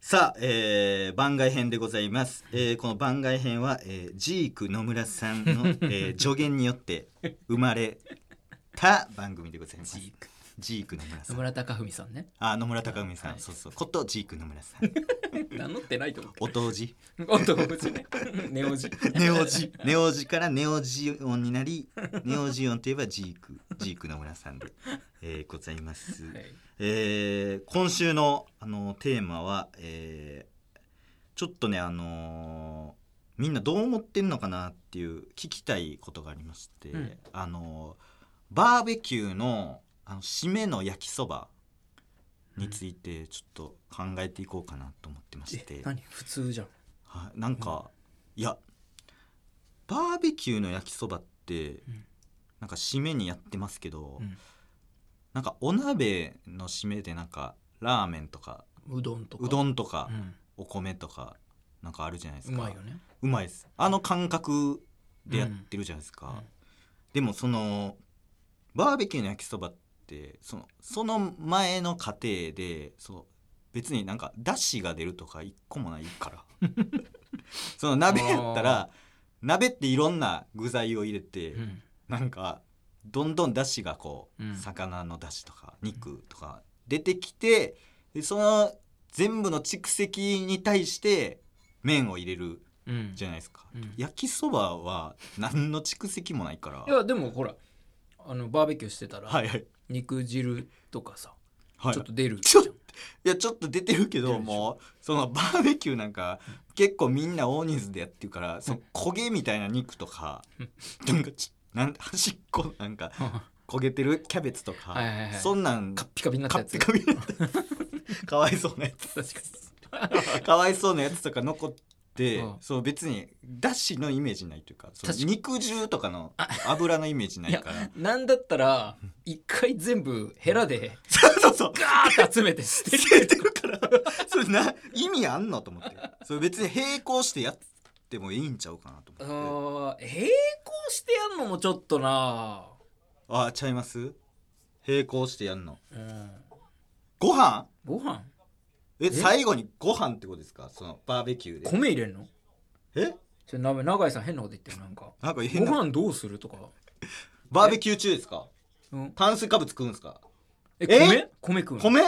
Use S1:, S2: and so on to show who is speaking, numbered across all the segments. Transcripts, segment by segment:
S1: さあ、えー番外編でございます、えーこの番外編は、えージーク野村さんの、え ー助言によって生まれた番組でございます
S2: ジーク
S1: ジーク野村さ
S2: 野
S1: ん
S2: 村貴文さんね
S1: あ野村貴文さん、
S2: はい
S1: そうそうことジーク野村さん
S2: 名乗ってないと思う
S1: お当時
S2: おっとおじねネオジ
S1: ネオ ジネオジからネオジオンになりネオジオンといえばジークジーク野村さんで、えーございます、
S2: はい
S1: えー今週のあのテーマは、えーちょっとねあのーみんなどう思ってんのかなっていう聞きたいことがありまして、
S2: うん
S1: あのーバーベキューのあの締めの焼きそばについてちょっと考えていこうかなと思ってまして、
S2: え何普通じゃん
S1: はい、なんか、いやバーベキューの焼きそばって、
S2: ん
S1: なんか締めにやってますけど、
S2: うん
S1: なんかお鍋の締めでなんかラーメンとか
S2: うどんとか
S1: うどんとか、
S2: うん
S1: お米とかなんかあるじゃないです
S2: う
S1: か
S2: まいよね
S1: うまいですあの感覚でやってるじゃないですか、
S2: うんうん
S1: でもそのバーベキューの焼きそばってそのその前の過程でその別になんかだしが出るとか一個もないから その鍋やったら鍋っていろんな具材を入れて、
S2: うん
S1: なんかどんどんだしがこう、
S2: うん
S1: 魚のだしとか肉とか出てきてでその全部の蓄積に対して麺を入れる
S2: うん
S1: じゃないですか、
S2: うん
S1: 焼きそばは何の蓄積もないから
S2: いやでもほらあのバーベキューしてたら、
S1: はいはい
S2: 肉汁とかさ、
S1: はい
S2: ちょっと出る
S1: ちょ っといやちょっと出てるけ
S2: 出
S1: ど
S2: るでしょ
S1: もうそのバーベキューなんか結構みんな大人数でやってるからその焦げみたいな肉とか
S2: うん
S1: なんかちなん端っこなんか焦げてるキャベツとか、
S2: はいはいはい
S1: そんなん
S2: カッピカピになった
S1: カ
S2: や
S1: ッ
S2: つ
S1: ピカピになったや つかわいそうなや
S2: 確か
S1: つかわいそうなやつとか残って、
S2: うん
S1: そう別にだしのイメージないというかその
S2: 確か
S1: 肉汁とかの油のイメージないから
S2: になんだったら一回全部ヘラで
S1: そうそうそう
S2: ガーッて集めて捨てる
S1: 捨ててるから それな意味あんのと思ってそれ別に並行してやってもいいんちゃうかなと
S2: あ
S1: 思って
S2: ー並行してやんのもちょっとな
S1: ああちゃいます並行してやんの
S2: うん
S1: ご飯
S2: ご飯
S1: え最後にご飯ってことですかそのバーベキューで
S2: 米入れんの
S1: え
S2: ちょな永井さん変なこと言ってるなんか
S1: なんか変
S2: ご
S1: な
S2: 飯どうするとか、
S1: バーベキュー中ですか
S2: うん、
S1: 炭水化物食うんですか
S2: え
S1: え
S2: 米米食うの
S1: 米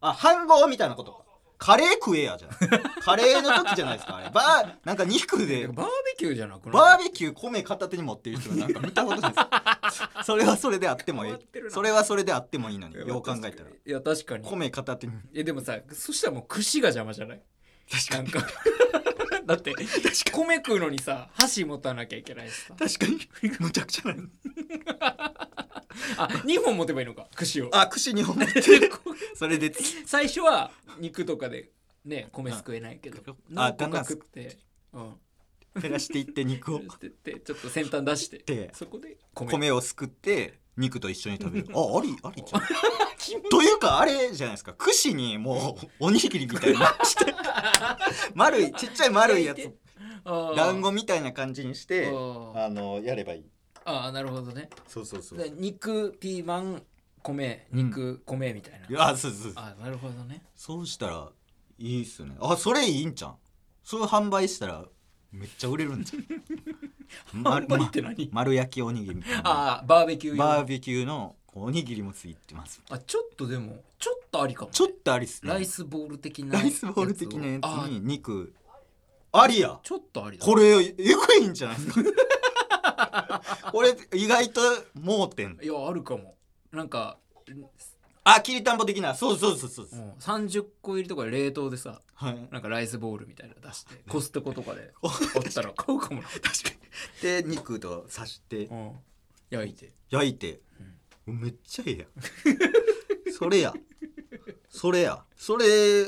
S1: あ飯盒みたいなことかカレー食えやじゃんカレーの時じゃないですかあれバーなんか肉で
S2: バーベキューじゃなくない
S1: バーベキュー米片手に持ってる人がなんか見たことないですそれはそれであってもいい
S2: 変わってるな
S1: それはそれであってもいいのによう考えたら
S2: いや確かに
S1: 米片手に
S2: えでもさそしたらもう串が邪魔じゃないな んかだって米食うのにさ箸持たなきゃいけないしさ
S1: 確かに むちゃくちゃなの
S2: あ二2本持てばいいのか串を
S1: あ串2本持って
S2: で
S1: る
S2: こう
S1: それで
S2: 最初は肉とかでね米すくえないけど
S1: あ
S2: 何
S1: だ
S2: 個
S1: んだん
S2: か食ってうん
S1: 減らしていって肉を
S2: してってちょっと先端出して
S1: で
S2: そこで米
S1: 米をすくって肉と一緒に食べるあありありじゃん
S2: キモい
S1: というかあれじゃないですか串にもうおにぎりみたい なして丸いちっちゃい丸いやつ
S2: あー
S1: 団子みたいな感じにして
S2: あー
S1: あのやればいい
S2: あーなるほどね
S1: そうそうそ
S2: で肉ピーマン米
S1: うん
S2: 肉、米みたいな
S1: あそうそうそう
S2: あなるほどね
S1: そうしたらいいっすよねあそれいいんじゃんそれ販売したらめっちゃ売れるんじゃん
S2: 販売って何
S1: ま丸焼きおにぎりみたいな
S2: あーバーベキュー用
S1: バーベキューのおにぎりもついてます
S2: あちょっとでもちょっとありかもね、
S1: ちょっとありっすね
S2: ライスボール的な
S1: ライスボール的なやつ
S2: あー
S1: に肉ありや
S2: ちょっとありだ
S1: これえぐいんじゃない ですかこれ意外と盲点
S2: いやあるかもなんか、うん
S1: あきりたんぽ的なそうそうそうそう、
S2: うん、30個入りとか冷凍でさ
S1: はい
S2: なんかライスボールみたいなの出してコストコとか であったら買うかもな
S1: 確かにで肉と刺して
S2: うん焼いて
S1: 焼いて、めっちゃええやんそれやそれやそれ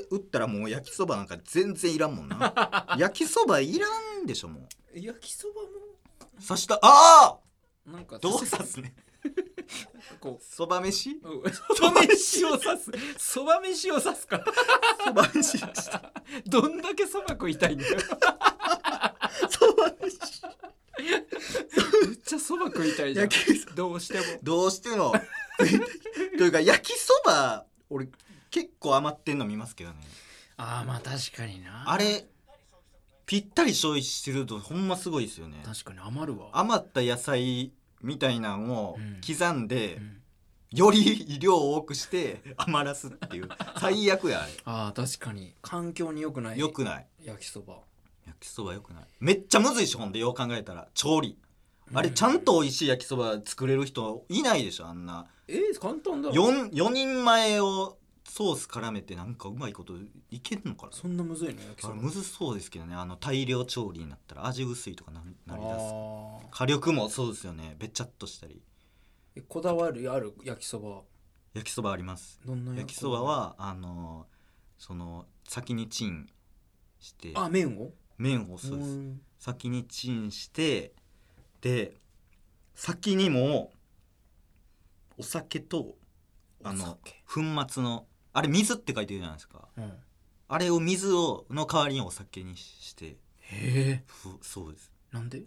S1: 打ったらもう焼きそばなんか全然いらんもんな焼きそばいらんでしょもう
S2: 焼きそば
S1: 刺したああ
S2: もなんか
S1: どう刺すね
S2: こう
S1: そば飯
S2: うんそば飯を刺すそば飯を刺すか
S1: そば飯そ
S2: どんだけそば食いたいん だよ
S1: ば飯
S2: めっちゃそば食いたいじゃん
S1: 焼きそば
S2: どうしても
S1: どうしてもというか焼きそば俺結構余ってんの見ますけどね
S2: ああまあ確かにな
S1: あれぴったり消費するとほんますごいですよね
S2: 確かに余るわ
S1: 余った野菜みたいなのを
S2: うん
S1: 刻んで、
S2: うん
S1: より量を多くして余らすっていう 最悪やあれ
S2: あー確かに環境に良くない
S1: よくない
S2: 焼きそば
S1: 焼きそばよくないめっちゃむずいしほんでよう考えたら調理あれちゃんと美味しい焼きそば作れる人いないでしょあんな
S2: えー簡単だ
S1: 4, 4人前をソース絡めてなんかうまいこといけんのかな
S2: そんなむずいの焼き
S1: あ
S2: そ
S1: れ
S2: ば
S1: むずそうですけどねあの大量調理になったら味薄いとかななりだす
S2: あー
S1: 火力もそうですよねべちゃっとしたり
S2: えこだわりある焼きそば
S1: 焼きそばあります
S2: どんな
S1: 焼きそばはあのその先にチンして
S2: あ麺を
S1: 麺をそうです、
S2: ん
S1: 先にチンしてで先にもお酒とあ
S2: お
S1: の
S2: 酒
S1: 粉末のあれ水って書いてるじゃないですか
S2: うんへ
S1: あれを水をの代わりにお酒にして
S2: え
S1: ふそうです
S2: なんで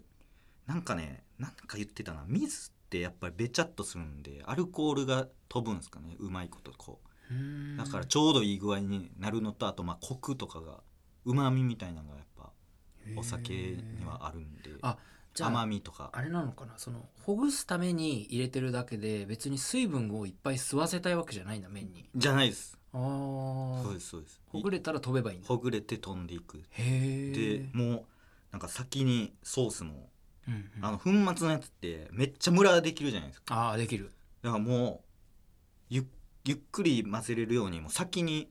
S1: なんかねなんか言ってたな水ってやっぱりべちゃっとするんでアルコールが飛ぶんですかねうまいことこ
S2: うー
S1: うんだからちょうどいい具合になるのとあとまあコクとかがうまみみたいなのがやっぱお酒にはあるんで
S2: ーあじゃあ
S1: 甘みとか
S2: あれなのかなそのほぐすために入れてるだけで別に水分をいっぱい吸わせたいわけじゃないんだ麺に
S1: じゃないです
S2: ああ
S1: そうですそうです
S2: ほぐれたら飛べばいいんだ
S1: ほぐれて飛んでいく
S2: へえ
S1: でもうなんか先にソースも
S2: うんうん
S1: あの粉末のやつってめっちゃムラできるじゃないですか
S2: ああできる
S1: だからもうゆっゆっくり混ぜれるようにもう先に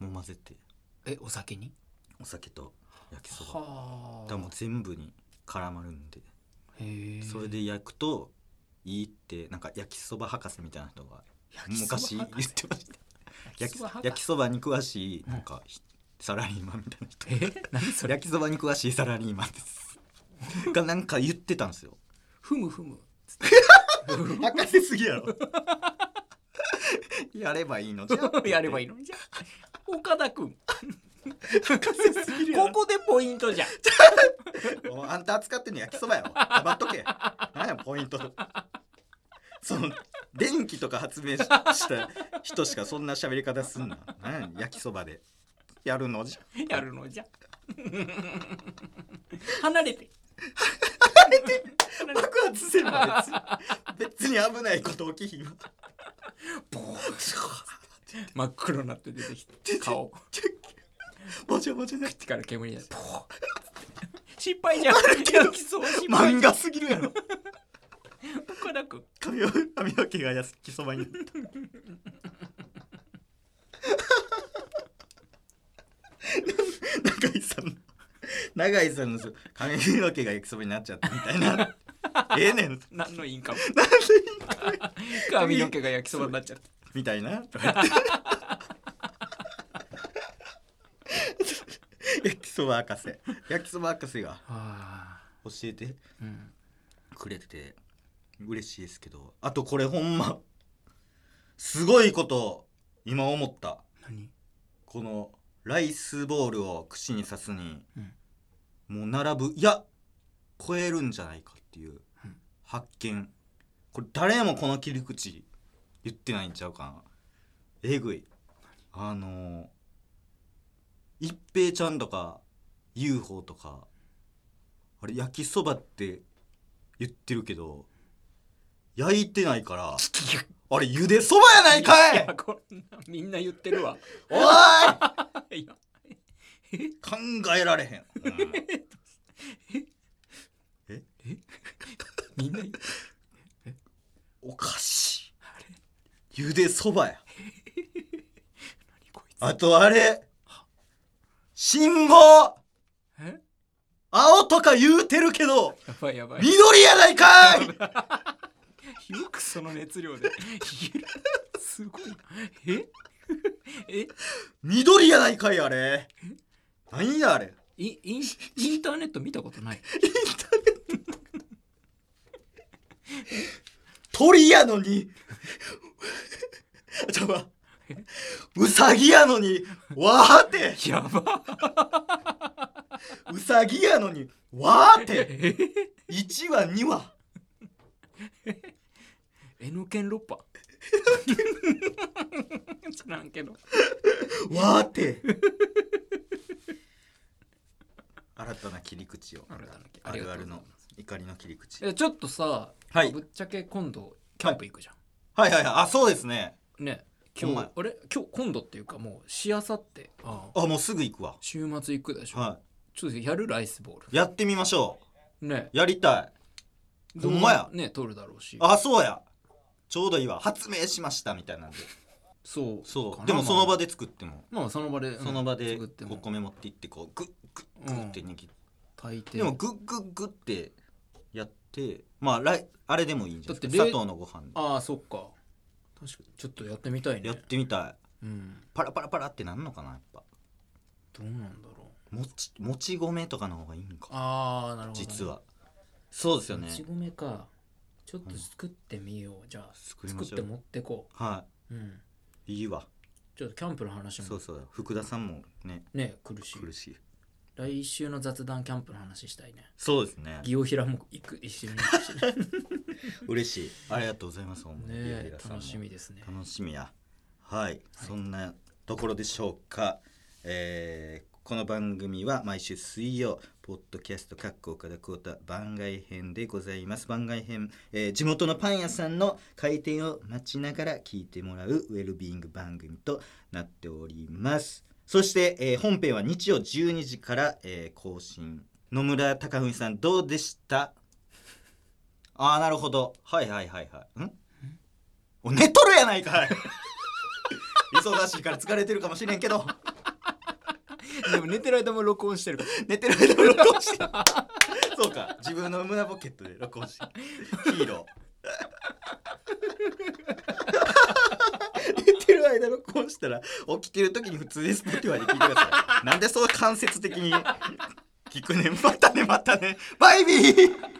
S1: もう混ぜて
S2: えお酒に
S1: お酒と焼きそばだ
S2: は
S1: からもう全部に絡まるんで
S2: へー
S1: それで焼くといいってなんか焼きそば博士みたいな人が
S2: 焼きそば
S1: 昔言っ
S2: 博士
S1: てました焼き
S2: 焼きそば博士
S1: 焼きそばに詳しいなんかひサラリーマンみたいな人
S2: え何それ
S1: 焼きそばに詳しいサラリーマンですがなんか言ってたんですよ
S2: ふむ ふむ
S1: 博士すぎやろやればいいのじゃ
S2: やればいい
S1: の
S2: のにじゃあ岡田君
S1: 博士すぎるや
S2: こ
S1: ろ
S2: こでポイントじゃん
S1: おあんた扱ってんの焼きそばやろ黙っとけ何やポイントその電気とか発明しした人しかそんな喋り方すんな何や焼きそばでやるのじゃ
S2: やる のじゃ離れて離れて
S1: 爆発せんわ別に別に危ないこと起きひんわ
S2: ボーン真っ黒になって出てきて顔
S1: ぼちゃぼちゃな
S2: 口から煙出してボーン失敗じゃん焼きそば失敗
S1: 漫画すぎるやろ
S2: 岡田君
S1: 髪を髪の毛が焼きそばになったな永井さんの永井さんのそう髪の毛が焼きそばになっちゃったみたいなええねん
S2: 何のインカム
S1: なんで
S2: 髪の毛が焼きそばになっちゃった
S1: みたいなとか言って焼きそば博士焼きそば博士が
S2: あ
S1: 教えて
S2: ーうん
S1: くれて嬉しいですけどあとこれほんますごいこと今思った
S2: 何
S1: このライスボールを串に刺すに、
S2: うん
S1: もう並ぶいや超えるんじゃないかっていう
S2: うん
S1: 発見これ誰もこの切り口言ってないんちゃうかなえぐいあのー一平ちゃんとか UFO とかあれ焼きそばって言ってるけど焼いてないからあれ茹でそばやないかい
S2: やこんなみんな言ってるわ
S1: おい
S2: いや
S1: 考えられへん、
S2: みんな言って
S1: おかし
S2: あれ
S1: いゆでそばや
S2: 何こいつ
S1: あとあれ信号
S2: え
S1: 青とか言うてるけど
S2: やばいやばい
S1: 緑やないか い
S2: よくその熱量で言えるすごいなええ
S1: 緑やないかいあれ何やあれ
S2: イインインターネット見たことない
S1: 鳥やのに ちょっと待ってうさぎやのにわーって
S2: やば
S1: うさぎやのにわーって
S2: え
S1: 1話2話
S2: N 剣六波知らんけど
S1: わーって 新たな切り口を
S2: 新たな切り
S1: あるあ
S2: ありがと
S1: る
S2: うございま
S1: の怒りの切り口
S2: えちょっとさ、
S1: はい
S2: ぶっちゃけ今度キャンプ行くじゃん、
S1: はいはいはいあそうですね
S2: ね
S1: ほ
S2: 今
S1: んま
S2: 日
S1: や
S2: あれ今日今度っていうかもうしあさってああ
S1: あもうすぐ行くわ
S2: 週末行くでしょ、
S1: は
S2: ちょっとやるライスボー
S1: いやってみましょ
S2: ルね
S1: うやりたいほんまや
S2: 動画ね撮るだろうし
S1: あそうやちょうどいいわ発明しましたみたいなんで
S2: そう
S1: そ
S2: かな
S1: うでもその
S2: まあ
S1: 場で作っても
S2: まあその場で、うん
S1: その場で
S2: 作って
S1: お
S2: も
S1: 米持って行ってこうグッグッグッって握って
S2: 炊いて
S1: でもグッグッグッってやってまあ来あれでもいいんじゃないですか
S2: だ
S1: 砂
S2: って
S1: 糖のご飯
S2: ああそっか確かにちょっとやってみたい
S1: で
S2: ね
S1: やってみたい
S2: うん
S1: パラパラパラってなんのかなやっぱ
S2: どうなんだろう
S1: もちもち米とかの方がいいんか
S2: ああなるほどね、
S1: 実はそうですよね
S2: もち米かちょっと作ってみよう、じゃあ
S1: 作りま
S2: 作っ
S1: しょ
S2: て
S1: う
S2: 持ってこ
S1: は
S2: ううん
S1: いいいわ
S2: ちょっとキャンプの話
S1: そ
S2: も
S1: うそうだ福田さんもね
S2: ね来るし
S1: 苦しい
S2: 来週の雑談キャンプの話したいね
S1: そうですね
S2: ギオヒラも行く一 緒に行くし
S1: 嬉しいありがとうございますほんまにリアリ
S2: ね
S1: ラさんも
S2: 楽しみですね
S1: 楽しみやはい、そんなところでしょうか、えーこの番組は毎週水曜ポッドキャスト各校からクオーター番外編でございます番外編、えー地元のパン屋さんの開店を待ちながら聞いてもらうウェルビーイング番組となっておりますそして、えー本編は日曜12時から、えー更新野村貴文さんどうでした ああなるほどはいはいはいはいんお寝とるやないかい忙しいから疲れてるかもしれんけど
S2: でも寝てる間も録音してるか
S1: 寝てる間も録音してそうか自分の胸ポケットで録音してヒーロー寝てる間録音したら起きてる時に普通に Spotify で聞いてくださいなんでそう間接的に聞くねんまたねまたねバイビー